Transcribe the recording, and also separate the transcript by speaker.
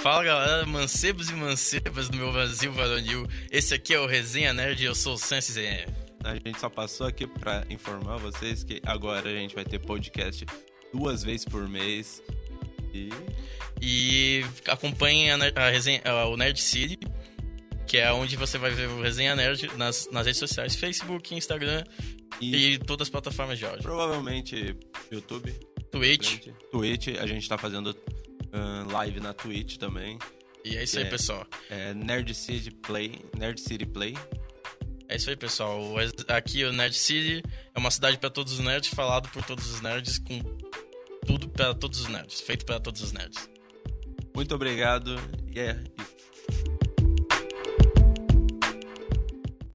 Speaker 1: Fala galera, mancebos e mancebas do meu Brasil varonil. Esse aqui é o Resenha Nerd e eu sou o Sanches Zenha.
Speaker 2: A gente só passou aqui pra informar vocês que agora a gente vai ter podcast duas vezes por mês. E
Speaker 1: E acompanhem a, ner- a resenha, a- o Nerd City, que é onde você vai ver o Resenha Nerd nas, nas redes sociais, Facebook, Instagram
Speaker 2: E-
Speaker 1: e, todas as plataformas de áudio.
Speaker 2: provavelmente YouTube,
Speaker 1: Twitch.
Speaker 2: Twitch, a gente tá fazendo ahn, live na Twitch também.
Speaker 1: E é isso aí,
Speaker 2: É.
Speaker 1: pessoal.
Speaker 2: É Nerd City Play, Nerd City Play.
Speaker 1: É isso aí, pessoal. O Res- Aqui o Nerd City é uma cidade pra todos os nerds, falado por todos os nerds, com tudo pra todos os nerds, feito pra todos os nerds.
Speaker 2: Muito obrigado. e é, e